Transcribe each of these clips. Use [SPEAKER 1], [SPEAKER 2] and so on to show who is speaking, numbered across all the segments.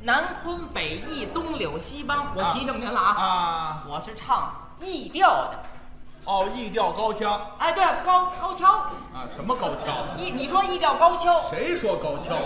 [SPEAKER 1] 南昆北弋，东柳西梆。我
[SPEAKER 2] 啊
[SPEAKER 1] 提醒您了啊，
[SPEAKER 2] 啊，
[SPEAKER 1] 我是唱弋调的。
[SPEAKER 2] 哦，一调高腔
[SPEAKER 1] 哎，对，高高跷，
[SPEAKER 2] 啊，什么高腔？
[SPEAKER 1] 一你说弋调高跷，
[SPEAKER 2] 谁说高跷啊？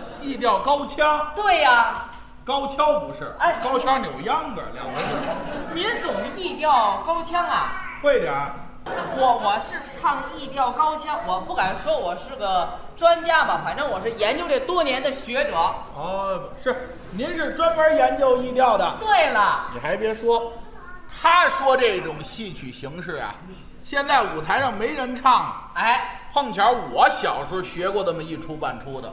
[SPEAKER 2] 一调高腔，
[SPEAKER 1] 对呀、
[SPEAKER 2] 高跷不是，
[SPEAKER 1] 哎
[SPEAKER 2] 高腔扭秧歌两回事。
[SPEAKER 1] 您懂弋调高腔啊？
[SPEAKER 2] 会点儿，
[SPEAKER 1] 我我是唱弋调高腔，我不敢说我是个专家吧，反正我是研究这多年的学者。
[SPEAKER 2] 哦，是，您是专门研究一调的。
[SPEAKER 1] 对了，
[SPEAKER 2] 你还别说，他说这种戏曲形式啊，现在舞台上没人唱了。
[SPEAKER 1] 哎，
[SPEAKER 2] 碰巧我小时候学过这么一出半出的，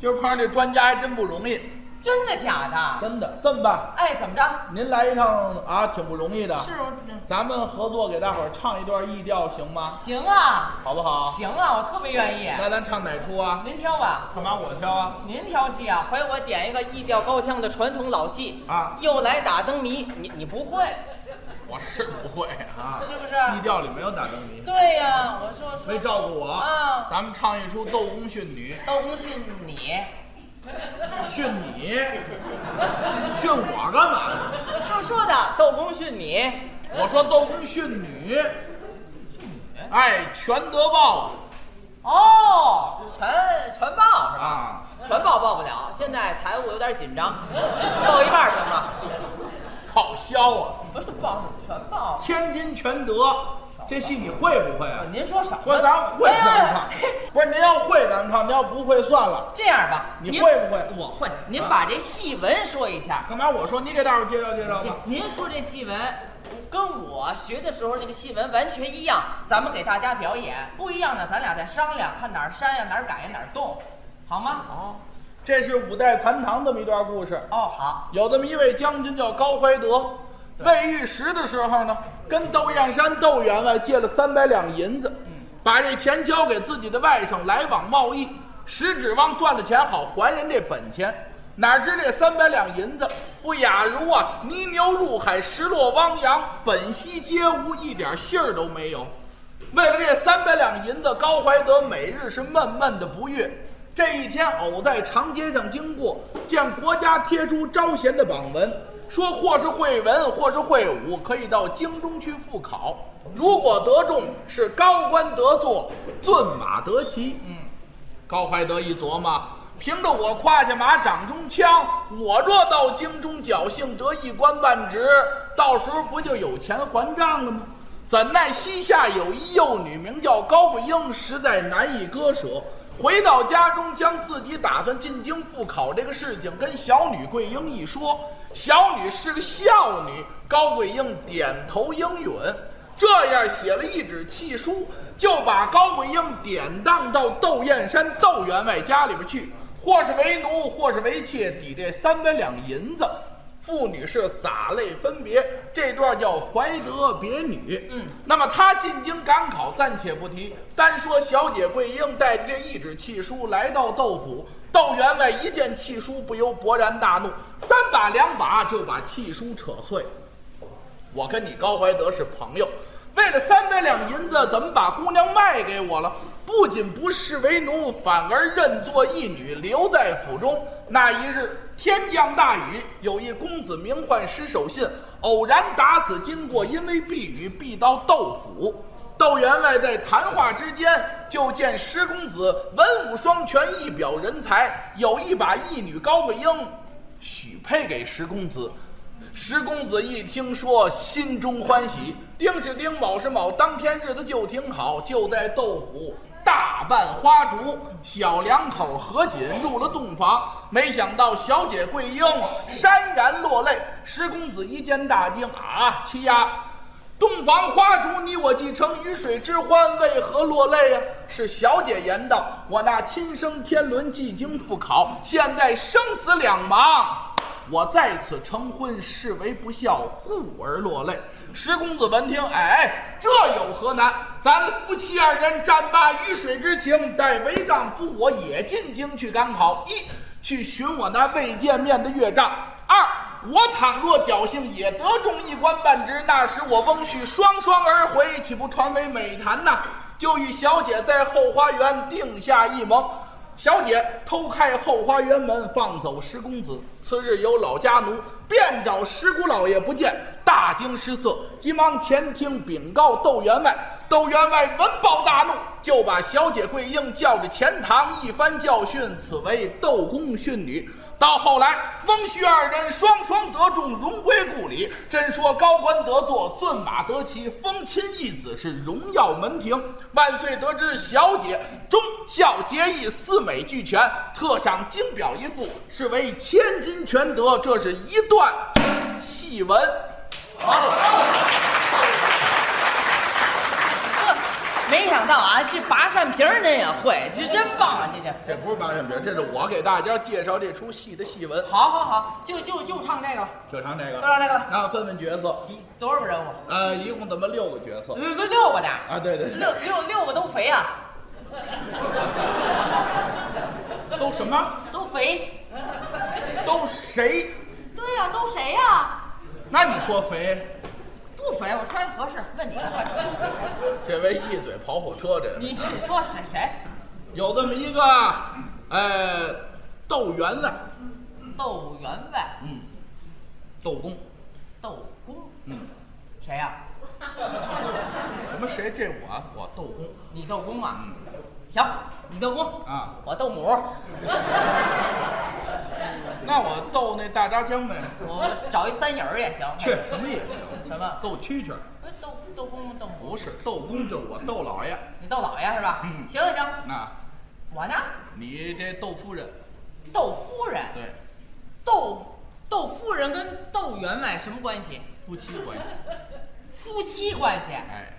[SPEAKER 2] 今儿碰上这专家还真不容易。
[SPEAKER 1] 真的假的？
[SPEAKER 2] 真的，这么办？
[SPEAKER 1] 哎，怎么着？
[SPEAKER 2] 您来一趟啊，挺不容易的。
[SPEAKER 1] 是嗯
[SPEAKER 2] 咱们合作给大伙儿唱一段弋调，行吗？
[SPEAKER 1] 行啊，
[SPEAKER 2] 好不好？
[SPEAKER 1] 行啊，我特别愿意。
[SPEAKER 2] 那咱唱哪出啊？
[SPEAKER 1] 您挑吧，
[SPEAKER 2] 干嘛我挑啊？
[SPEAKER 1] 您挑戏啊，回我点一个弋调高腔的传统老戏
[SPEAKER 2] 啊
[SPEAKER 1] 又来打灯谜，你你不会
[SPEAKER 2] 我是不会啊，
[SPEAKER 1] 是不是？
[SPEAKER 2] 弋调里没有打灯谜，
[SPEAKER 1] 对呀、我说说
[SPEAKER 2] 没照顾我
[SPEAKER 1] 啊
[SPEAKER 2] 咱们唱一出《奏功训女
[SPEAKER 1] 刀工训 你，》，
[SPEAKER 2] 训你，训我干嘛呢？
[SPEAKER 1] 是说的斗功训你。
[SPEAKER 2] 我说《奏功训女》，哎，全德报啊。
[SPEAKER 1] 哦，全全报是吧？
[SPEAKER 2] 啊，
[SPEAKER 1] 全报报不了，现在财务有点紧张， 报一半行吗？
[SPEAKER 2] 好销啊，
[SPEAKER 1] 不是报，是全报。
[SPEAKER 2] 千金全得，这戏你会不会啊？
[SPEAKER 1] 您说什么？
[SPEAKER 2] 不是，咱会啊咱唱
[SPEAKER 1] 哎哎哎，
[SPEAKER 2] 不是您要会咱唱，您要不会算了。
[SPEAKER 1] 这样吧，
[SPEAKER 2] 你
[SPEAKER 1] 您
[SPEAKER 2] 会不会
[SPEAKER 1] 我会。您
[SPEAKER 2] 啊
[SPEAKER 1] 把这戏文说一下。
[SPEAKER 2] 干嘛？我说你给大伙介绍介绍吧。
[SPEAKER 1] 您说这戏文，跟我学的时候那个戏文完全一样，咱们给大家表演。不一样呢，咱俩再商量，看哪儿删呀，哪儿改呀，哪儿动，好吗？
[SPEAKER 2] 好，这是五代残唐这么一段故事。
[SPEAKER 1] 哦，好。
[SPEAKER 2] 有这么一位将军叫高怀德，魏御史的时候呢，跟窦燕山、窦员外借了三百两银子，把这钱交给自己的外甥，来往贸易，实指望赚了钱好还人这本钱。哪知这三百两银子不亚如啊泥牛入海，石落汪洋，本息皆无，一点信儿都没有。为了这三百两银子，高怀德每日是闷闷的不悦。这一天，偶在长街上经过，见国家贴出招贤的榜文，说或是会文，或是会武，可以到京中去复考。如果得中，是高官得坐，骏马得骑。嗯，高怀德一琢磨，凭着我胯下马掌中枪，我若到京中侥幸得一官半职，到时候不就有钱还账了吗？怎奈膝下有一幼女，名叫高不英，实在难以割舍。回到家中，将自己打算进京复考这个事情跟小女桂英一说，小女是个孝女，高桂英点头应允。这样写了一纸契书，就把高桂英典当到窦燕山窦员外家里边去，或是为奴，或是为妾，抵这三百两银子。妇女是洒泪分别，这段叫怀德别女。
[SPEAKER 1] 嗯，
[SPEAKER 2] 那么她进京赶考暂且不提，单说小姐桂英带着这一纸契书来到窦府，窦员外一见契书，不由勃然大怒，三把两把就把契书扯碎。我跟你高怀德是朋友，为了三百两银子，怎么把姑娘卖给我了？不仅不视为奴，反而认作义女，留在府中。那一日天降大雨，有一公子名唤石守信，偶然打此经过，因为避雨避到窦府。窦员外在谈话之间，就见石公子文武双全，一表人才，有意把义女高桂英许配给石公子。石公子一听说，心中欢喜，丁是丁，卯是卯，当天日子就挺好，就在窦府大办花烛，小两口合紧入了洞房。没想到小姐桂英潸然落泪，石公子一见大惊啊，七丫！洞房花烛，你我既成鱼水之欢，为何落泪啊？是小姐言道：“我那亲生天伦既经复考，现在生死两茫，我在此成婚，视为不孝，故而落泪。”石公子闻听，哎，这有何难？咱夫妻二人战罢鱼水之情，待为丈夫我也进京去赶考。一去寻我那未见面的岳丈。二，我倘若侥幸也得中一官半职，那时我翁婿双双而回，岂不传为美谈呐？就与小姐在后花园定下一盟。小姐偷开后花园门，放走石公子。次日有老家奴遍找石姑老爷不见，大惊失色，急忙前厅禀告窦员外。窦员外闻报大怒，就把小姐桂英叫至前堂一番教训，此为窦公训女。到后来，翁婿二人双双得中，荣归故里。真说高官得坐，骏马得骑，封亲义子是荣耀门庭。万岁得知小姐忠孝节义四美俱全，特赏金表一副，是为千金全得。这是一段戏文。
[SPEAKER 1] 呵没想到啊，这拔扇皮儿您也会，这真棒啊！这这，
[SPEAKER 2] 这不是八扇屏，这是我给大家介绍这出戏的戏文。
[SPEAKER 1] 好好好，就就就唱这个了，
[SPEAKER 2] 就唱这
[SPEAKER 1] 就
[SPEAKER 2] 个，
[SPEAKER 1] 唱这个了。
[SPEAKER 2] 然后分分角色，
[SPEAKER 1] 几多少个人物？
[SPEAKER 2] 呃，一共咱们六个角色
[SPEAKER 1] 六六六个的，
[SPEAKER 2] 啊，对对
[SPEAKER 1] 六六六个都肥啊，
[SPEAKER 2] 对， 都什么？
[SPEAKER 1] 都肥。
[SPEAKER 2] 都谁？
[SPEAKER 1] 对呀、都谁呀、
[SPEAKER 2] 那你说肥？
[SPEAKER 1] 不肥，我穿着合适。问你，啊
[SPEAKER 2] 这位一嘴跑火车，这
[SPEAKER 1] 你你说谁谁？
[SPEAKER 2] 有这么一个，呃，窦员外，
[SPEAKER 1] 窦员外，
[SPEAKER 2] 嗯，窦公，
[SPEAKER 1] 窦公，
[SPEAKER 2] 嗯，
[SPEAKER 1] 谁呀、
[SPEAKER 2] 什么谁？这我啊我窦公，
[SPEAKER 1] 你窦公啊？
[SPEAKER 2] 嗯
[SPEAKER 1] 行，你窦公
[SPEAKER 2] 啊，
[SPEAKER 1] 我窦母，
[SPEAKER 2] 那我窦那大扎江呗，
[SPEAKER 1] 我找一三影儿也行。
[SPEAKER 2] 去什么也行，
[SPEAKER 1] 什么？
[SPEAKER 2] 窦蛐蛐儿
[SPEAKER 1] 窦窦公窦母？
[SPEAKER 2] 不是窦公就是我窦老爷，
[SPEAKER 1] 你窦老爷是吧？
[SPEAKER 2] 嗯
[SPEAKER 1] 行行行，
[SPEAKER 2] 那
[SPEAKER 1] 我呢，
[SPEAKER 2] 你这窦夫人，
[SPEAKER 1] 窦夫人，
[SPEAKER 2] 对，
[SPEAKER 1] 窦窦夫人跟窦员外什么关系？
[SPEAKER 2] 夫妻关系，
[SPEAKER 1] 夫妻关系。
[SPEAKER 2] 哎，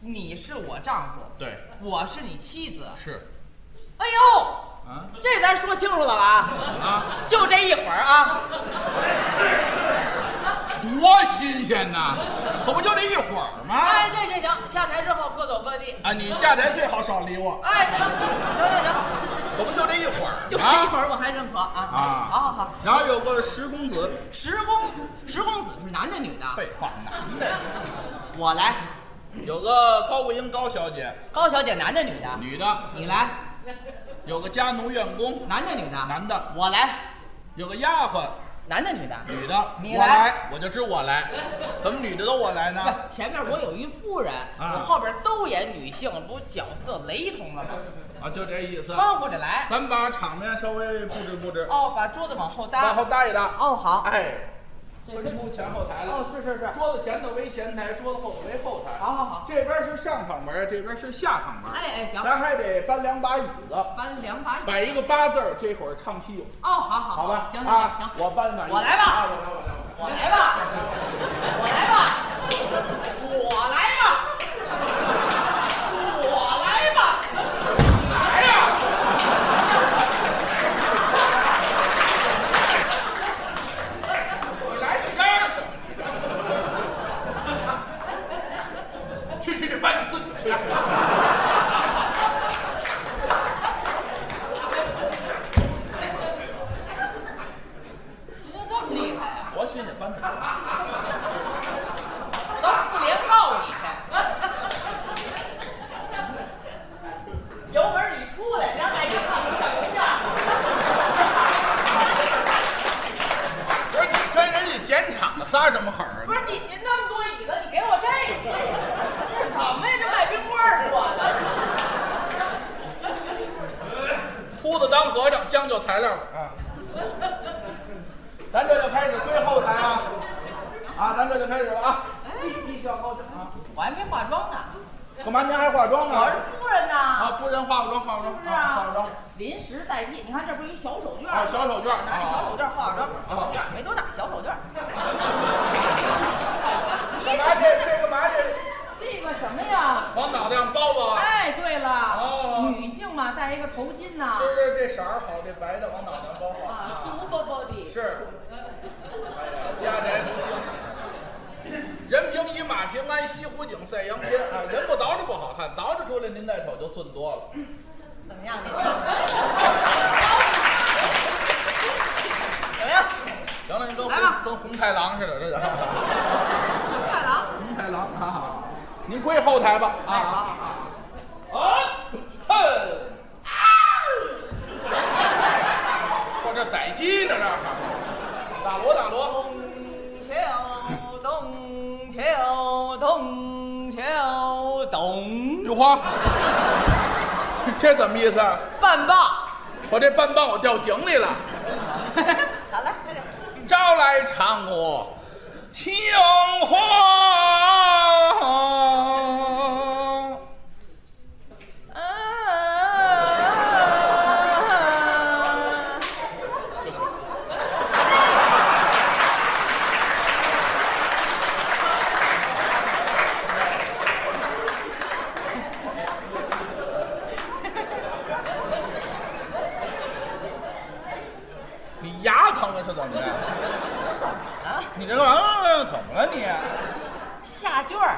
[SPEAKER 1] 你是我丈夫，
[SPEAKER 2] 对，
[SPEAKER 1] 我是你妻子。
[SPEAKER 2] 是，
[SPEAKER 1] 哎呦，
[SPEAKER 2] 啊
[SPEAKER 1] 这咱说清楚了吧？啊，
[SPEAKER 2] 啊，
[SPEAKER 1] 就这一会儿啊，
[SPEAKER 2] 多新鲜呐，可不就这一会儿
[SPEAKER 1] 哎，
[SPEAKER 2] 吗？
[SPEAKER 1] 这这行，下台之后各走各地。
[SPEAKER 2] 啊，你下台最好少理我，
[SPEAKER 1] 哎，行行行，
[SPEAKER 2] 可不就这一会儿
[SPEAKER 1] 就这
[SPEAKER 2] 吗
[SPEAKER 1] 一会儿我还认可啊
[SPEAKER 2] 啊
[SPEAKER 1] 好好好，
[SPEAKER 2] 然后有个石公子，
[SPEAKER 1] 石公子，石公子是男的女的？
[SPEAKER 2] 废话，男的。
[SPEAKER 1] 我来，
[SPEAKER 2] 有个高桂英高小姐，
[SPEAKER 1] 高小姐男的女的？
[SPEAKER 2] 女的；
[SPEAKER 1] 你来，
[SPEAKER 2] 有个家奴院工，
[SPEAKER 1] 男的女的？
[SPEAKER 2] 嗯男的；
[SPEAKER 1] 我来，
[SPEAKER 2] 有个丫鬟，
[SPEAKER 1] 男的女的？
[SPEAKER 2] 女的。
[SPEAKER 1] 你
[SPEAKER 2] 我
[SPEAKER 1] 来
[SPEAKER 2] 来，我就知我 来。怎么女的都我来呢？
[SPEAKER 1] 不，前面我有一妇人，
[SPEAKER 2] 啊
[SPEAKER 1] 我后边都演女性，不角色雷同了吗？
[SPEAKER 2] 啊，就这意思。
[SPEAKER 1] 掺和着来。
[SPEAKER 2] 咱们把场面稍微布置布置，
[SPEAKER 1] 哦，把桌子往后
[SPEAKER 2] 往
[SPEAKER 1] 搭。
[SPEAKER 2] 后搭一搭。
[SPEAKER 1] 哦，好。
[SPEAKER 2] 哎，分出前后台
[SPEAKER 1] 哦
[SPEAKER 2] 了，。
[SPEAKER 1] 是是是。
[SPEAKER 2] 桌子前头为前台，桌子后头为后台。
[SPEAKER 1] 好好好。
[SPEAKER 2] 这边是上场门，这边是下场门。
[SPEAKER 1] 哎哎，行，
[SPEAKER 2] 咱还得搬两把椅子，
[SPEAKER 1] 搬两把椅。
[SPEAKER 2] 摆一个八字儿。这会儿唱戏有
[SPEAKER 1] 哦，好好
[SPEAKER 2] 好吧，
[SPEAKER 1] 行行
[SPEAKER 2] 啊
[SPEAKER 1] 行，
[SPEAKER 2] 我搬吧，
[SPEAKER 1] 我来吧
[SPEAKER 2] 啊我来，我来，我来。
[SPEAKER 1] 我来吧，我来吧，我来吧，我来吧。
[SPEAKER 2] 来呀！你来个杆儿什么？你这去去去，把你自己推。
[SPEAKER 1] 怎么这么厉害啊？
[SPEAKER 2] 我寻思搬他，
[SPEAKER 1] 我当妇联告你去。油门你出来，让大家看你长什么样。
[SPEAKER 2] 不是你跟人家剪场的撒什么啊狠儿
[SPEAKER 1] 不？是你，你那么多椅子，你给我这个，这什么呀？这卖冰棍儿我的。
[SPEAKER 2] 秃子当和尚，将就材料啊。咱这就开始归后台啊！啊，咱这就开始了啊！
[SPEAKER 1] 哎
[SPEAKER 2] 一一较高正啊！
[SPEAKER 1] 我还没化妆呢，
[SPEAKER 2] 干嘛您还化妆呢？
[SPEAKER 1] 我是夫人
[SPEAKER 2] 啊，
[SPEAKER 1] 呢，
[SPEAKER 2] 夫人化个妆，化个
[SPEAKER 1] 是
[SPEAKER 2] 妆，
[SPEAKER 1] 不是
[SPEAKER 2] 啊化个妆
[SPEAKER 1] 啊。？临时代替，你看这不是一小手绢儿
[SPEAKER 2] 啊，
[SPEAKER 1] 吗？
[SPEAKER 2] 小手绢儿，啊
[SPEAKER 1] 拿着小手绢儿化化妆，小手绢儿没多大，小手绢儿。
[SPEAKER 2] 干嘛这这干嘛这？
[SPEAKER 1] 这个什么呀？
[SPEAKER 2] 往脑袋上包包啊！
[SPEAKER 1] 哎，对了，
[SPEAKER 2] 哦
[SPEAKER 1] 女性嘛，戴一个头巾呐、
[SPEAKER 2] 是是，这色儿好，这白的往脑袋上包
[SPEAKER 1] 啊
[SPEAKER 2] 包。
[SPEAKER 1] ，super body。
[SPEAKER 2] 是。家宅不幸。人平一马平安，西湖景赛阳天啊！人不捯饬不好看，捯饬出来您再瞅就俊多了。
[SPEAKER 1] 怎么样？你怎么样？
[SPEAKER 2] 行了，您跟
[SPEAKER 1] 来吧
[SPEAKER 2] 红跟红太狼似的，这个
[SPEAKER 1] 什么看啊？
[SPEAKER 2] 红太狼啊！您归后台吧
[SPEAKER 1] 哎，好
[SPEAKER 2] 啊！
[SPEAKER 1] 好好。
[SPEAKER 2] 啊，哼。
[SPEAKER 1] 啊
[SPEAKER 2] 鸡呢？这儿打锣打锣，
[SPEAKER 1] 敲咚敲咚敲咚，
[SPEAKER 2] 哟呵，这怎么意思？啊？
[SPEAKER 1] 半棒。
[SPEAKER 2] 我这半棒我掉井里了。
[SPEAKER 1] 好了，开始。
[SPEAKER 2] 朝来长我青花。
[SPEAKER 1] 啊！
[SPEAKER 2] 你牙疼了是怎么的？你这干嘛？嗯怎么了你？
[SPEAKER 1] 下句儿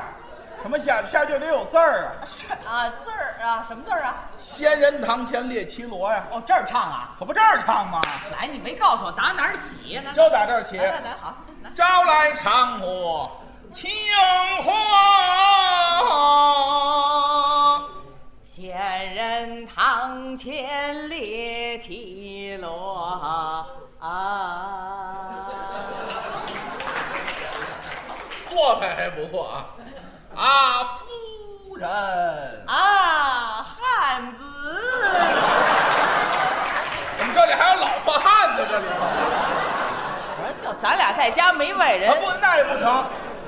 [SPEAKER 2] 什么下下句得有字儿啊？
[SPEAKER 1] 是 啊，字儿啊，什么字儿啊？
[SPEAKER 2] 仙人堂前列绮罗呀、
[SPEAKER 1] 哦，这儿唱啊。
[SPEAKER 2] 可不这儿唱吗？
[SPEAKER 1] 来，你没告诉我打哪儿起？来
[SPEAKER 2] 就打这儿起。
[SPEAKER 1] 来来来，好，来。
[SPEAKER 2] 朝来长河青花。
[SPEAKER 1] 仙人堂前列绮罗啊，
[SPEAKER 2] 做派还不错啊。啊，夫人，
[SPEAKER 1] 啊，汉子，
[SPEAKER 2] 我们这里还有老婆汉呢，这里。
[SPEAKER 1] 我说就咱俩在家没外人
[SPEAKER 2] 啊，不，那也不成，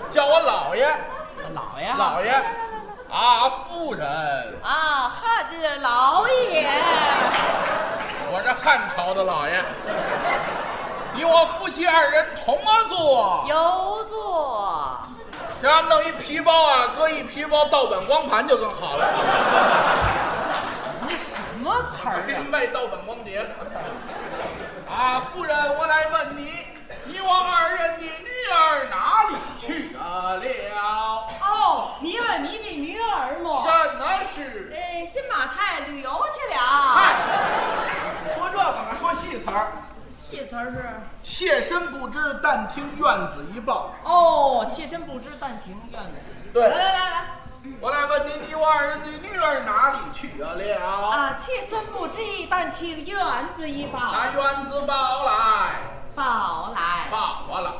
[SPEAKER 2] 叫我老爷，
[SPEAKER 1] 老爷，
[SPEAKER 2] 老爷。啊，夫人。
[SPEAKER 1] 啊，汉子老爷，
[SPEAKER 2] 我是汉朝的老爷，你我夫妻二人同坐，
[SPEAKER 1] 游坐，
[SPEAKER 2] 这要弄一皮包啊，搁一皮包盗版光盘就更好了。
[SPEAKER 1] 你什么词
[SPEAKER 2] 还
[SPEAKER 1] 儿啊？
[SPEAKER 2] 卖盗版光碟呢。啊，夫人，我来问你，你我二人的女儿哪里去得了？
[SPEAKER 3] 哦，你问你的女儿么？
[SPEAKER 2] 真的是，
[SPEAKER 3] 呃，新马泰旅游去
[SPEAKER 2] 哎
[SPEAKER 3] 了。，
[SPEAKER 2] 说这个嘛，说戏词儿，
[SPEAKER 3] 戏词儿是？
[SPEAKER 2] 妾身不知，但听院子一报。
[SPEAKER 1] 哦，妾身不知，但庭院子。
[SPEAKER 2] 对
[SPEAKER 1] 来来来来，
[SPEAKER 2] 我来问你，你我二人的女儿哪里去得了？
[SPEAKER 3] 啊，妾身不知，但听园子一报
[SPEAKER 2] 拿院子抱来，
[SPEAKER 3] 报来，
[SPEAKER 2] 抱我来，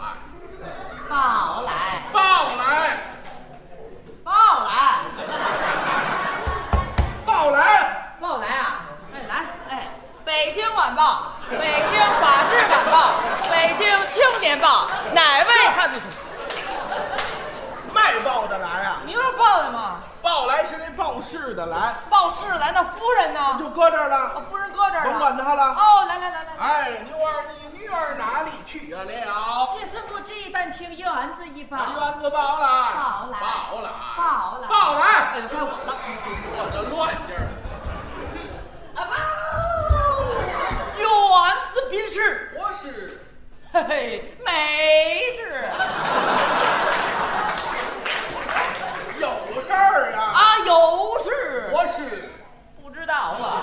[SPEAKER 3] 报来，
[SPEAKER 2] 抱来，
[SPEAKER 3] 报来，
[SPEAKER 2] 抱来，
[SPEAKER 3] 报来啊！哎，来，哎，
[SPEAKER 1] 北京晚报、北京法制晚报、北京青年报，哪位看得出？
[SPEAKER 2] 卖报的来啊，
[SPEAKER 1] 你有报的吗？
[SPEAKER 2] 抱来是那报事的来，
[SPEAKER 1] 报事来，那夫人呢？
[SPEAKER 2] 就搁这儿
[SPEAKER 1] 哦
[SPEAKER 2] 了，
[SPEAKER 1] 夫人搁这儿呢
[SPEAKER 2] 甭管他了
[SPEAKER 1] 哦，来来来来来，
[SPEAKER 2] 哎，你我二人的女儿哪里去得了？
[SPEAKER 3] 妾身不知，但听园子一
[SPEAKER 2] 拿
[SPEAKER 3] 报
[SPEAKER 2] 院子抱来，
[SPEAKER 3] 抱来
[SPEAKER 2] 抱来，
[SPEAKER 3] 抱来
[SPEAKER 2] 抱来，
[SPEAKER 1] 哎，该我了。
[SPEAKER 2] 我这乱劲儿，
[SPEAKER 1] 啊报，有丸子宾士，
[SPEAKER 2] 我是
[SPEAKER 1] 嘿嘿，没事
[SPEAKER 2] 有事儿啊，
[SPEAKER 1] 啊，有事，
[SPEAKER 2] 我是
[SPEAKER 1] 不知道啊，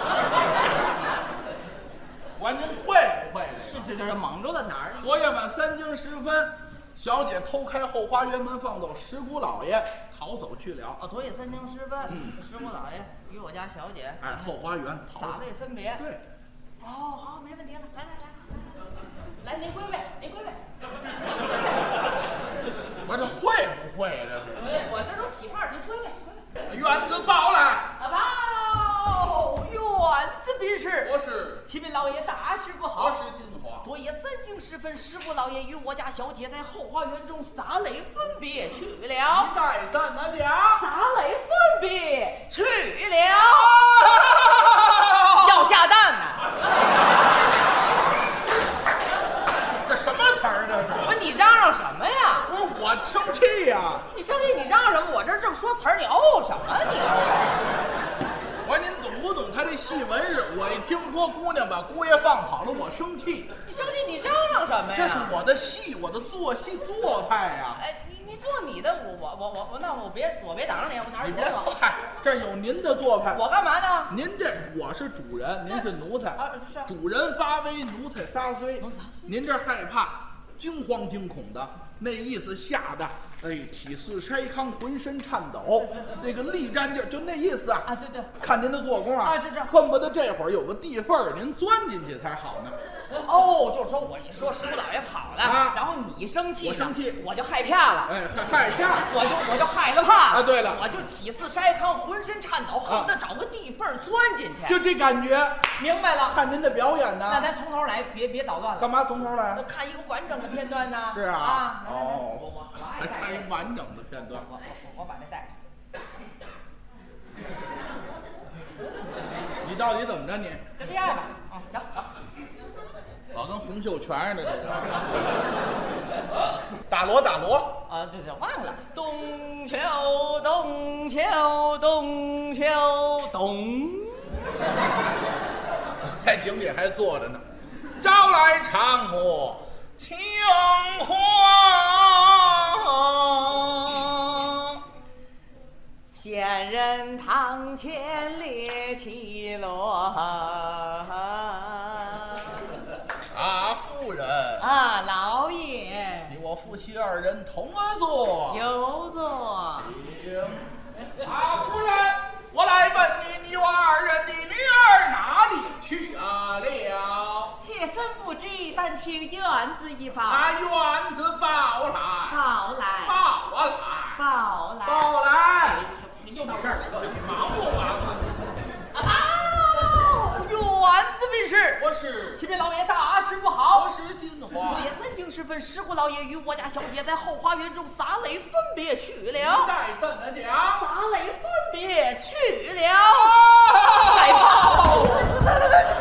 [SPEAKER 2] 我您会不会这个？
[SPEAKER 1] 是这这蒙住在哪儿？
[SPEAKER 2] 昨夜晚三更时分，小姐偷开后花园门，放走石鼓老爷，逃走去了。
[SPEAKER 1] 哦，昨夜三更时分，师傅老爷与我家小姐
[SPEAKER 2] 哎，后花园逃
[SPEAKER 1] 洒
[SPEAKER 2] 走
[SPEAKER 1] 泪。分别。
[SPEAKER 2] 对，
[SPEAKER 1] 哦，好，没问题了，来来来，来您归位，您归位。
[SPEAKER 2] 我这会不会这是？
[SPEAKER 1] 哎，我这都起范儿，您归位，归位。
[SPEAKER 2] 院子抱来，
[SPEAKER 1] 啊报，远子宾士，
[SPEAKER 2] 我是
[SPEAKER 1] 启禀老爷大事不
[SPEAKER 2] 何
[SPEAKER 1] 好。
[SPEAKER 2] 时金花？
[SPEAKER 1] 昨夜三更时分，师傅老爷与我家小姐在后花园中洒泪分别去了
[SPEAKER 2] 一，代赞哪家？
[SPEAKER 1] 洒泪分别去 了，要下蛋呢。
[SPEAKER 2] 这什么词儿这是？
[SPEAKER 1] 不是你嚷嚷什么呀？
[SPEAKER 2] 不是我生气呀、
[SPEAKER 1] 你生气你嚷嚷什么？我这正说词儿，你哦什么你？
[SPEAKER 2] 我说您懂不懂他这戏文是？我一听说姑娘把姑爷放跑了，我生气，
[SPEAKER 1] 你生气你嚷嚷哎什么呀？
[SPEAKER 2] 这是我的戏，我的做戏做派呀、
[SPEAKER 1] 哎，你你做你的，我我我我我，那我别我别挡着你，我哪儿
[SPEAKER 2] 你
[SPEAKER 1] 有
[SPEAKER 2] 别
[SPEAKER 1] 我？
[SPEAKER 2] 嗨，这有您的做派。
[SPEAKER 1] 哎我干嘛呢？
[SPEAKER 2] 您这我是主人，您是奴才。
[SPEAKER 1] 啊是
[SPEAKER 2] 主人发威，奴才撒虽
[SPEAKER 1] 奴才撒虽。
[SPEAKER 2] 您这害怕，惊慌惊恐的，那意思吓得，哎，体似筛糠，浑身颤抖，那个力战劲儿，就那意思啊。
[SPEAKER 1] 啊，对对，
[SPEAKER 2] 看您的做工啊，
[SPEAKER 1] 啊是是
[SPEAKER 2] 恨不得这会儿有个地缝儿，您钻进去才好呢。
[SPEAKER 1] 哦，就是说我一说师傅老爷跑了，
[SPEAKER 2] 啊
[SPEAKER 1] 然后你一生气呢，
[SPEAKER 2] 我生气
[SPEAKER 1] 我就害怕了，
[SPEAKER 2] 哎，害害怕。
[SPEAKER 1] 我就我就害了怕了
[SPEAKER 2] 啊对了
[SPEAKER 1] 我就体似筛糠，浑身颤抖，恨不得找个地缝儿钻进去。
[SPEAKER 2] 就这感觉，
[SPEAKER 1] 明白了，
[SPEAKER 2] 看您的表演呢
[SPEAKER 1] 那，咱从头来，别别捣乱了。
[SPEAKER 2] 干嘛从头来
[SPEAKER 1] 那？看一个完整的片段呢？
[SPEAKER 2] 是啊
[SPEAKER 1] 啊，来来来，
[SPEAKER 2] 哦
[SPEAKER 1] 我我我爱
[SPEAKER 2] 还看
[SPEAKER 1] 带
[SPEAKER 2] 一完整的片段
[SPEAKER 1] 我，我我我把这带上。
[SPEAKER 2] 你到底怎么着你？
[SPEAKER 1] 就这样吧，嗯，行，好
[SPEAKER 2] 老跟洪秀全似的，这个 打锣打锣，
[SPEAKER 1] 啊，对对，忘了，咚锵咚锵咚锵咚，
[SPEAKER 2] 在井里还坐着呢。招来长呼清欢，
[SPEAKER 1] 仙人堂前列绮罗。
[SPEAKER 2] 啊，夫人，
[SPEAKER 1] 啊，老爷，
[SPEAKER 2] 你我夫妻二人同坐。
[SPEAKER 1] 有座。
[SPEAKER 2] 啊，夫人，我来问你，你我二人的女儿哪里去啊了？
[SPEAKER 3] 妾身不知，但听园子一报。
[SPEAKER 2] 啊，院子抱来，
[SPEAKER 3] 报来，
[SPEAKER 2] 抱我来，
[SPEAKER 3] 报
[SPEAKER 1] 啊
[SPEAKER 3] 来，
[SPEAKER 2] 抱来，
[SPEAKER 1] 您又到这儿来了。
[SPEAKER 2] 你忙不忙？
[SPEAKER 1] 啊，园子便是。
[SPEAKER 2] 我是，
[SPEAKER 1] 启禀老爷大，师傅
[SPEAKER 2] 我
[SPEAKER 1] 好。
[SPEAKER 2] 是金
[SPEAKER 1] 昨
[SPEAKER 2] 花。
[SPEAKER 1] 夜三更时分，石虎老爷与我家小姐在后花园中洒泪，分别去
[SPEAKER 2] 一
[SPEAKER 1] 了。
[SPEAKER 2] 代怎的讲？
[SPEAKER 1] 洒泪分别去了。害怕。
[SPEAKER 2] 哎
[SPEAKER 1] 啊
[SPEAKER 2] 哎